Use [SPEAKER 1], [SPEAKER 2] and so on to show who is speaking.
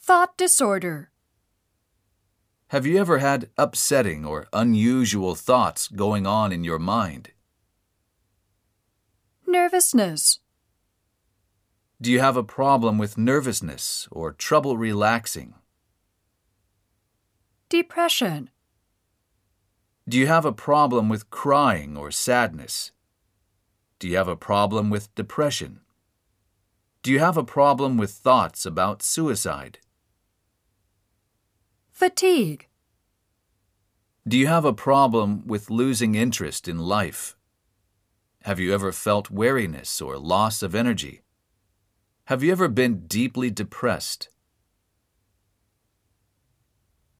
[SPEAKER 1] Thought disorder.
[SPEAKER 2] Have you ever had upsetting or unusual thoughts going on in your mind?
[SPEAKER 1] Nervousness.
[SPEAKER 2] Do you have a problem with nervousness or trouble relaxing?
[SPEAKER 1] Depression.
[SPEAKER 2] Do you have a problem with crying or sadness? Do you have a problem with depression? Do you have a problem with thoughts about suicide?
[SPEAKER 1] Fatigue.
[SPEAKER 2] Do you have a problem with losing interest in life? Have you ever felt weariness or loss of energy? Have you ever been deeply depressed?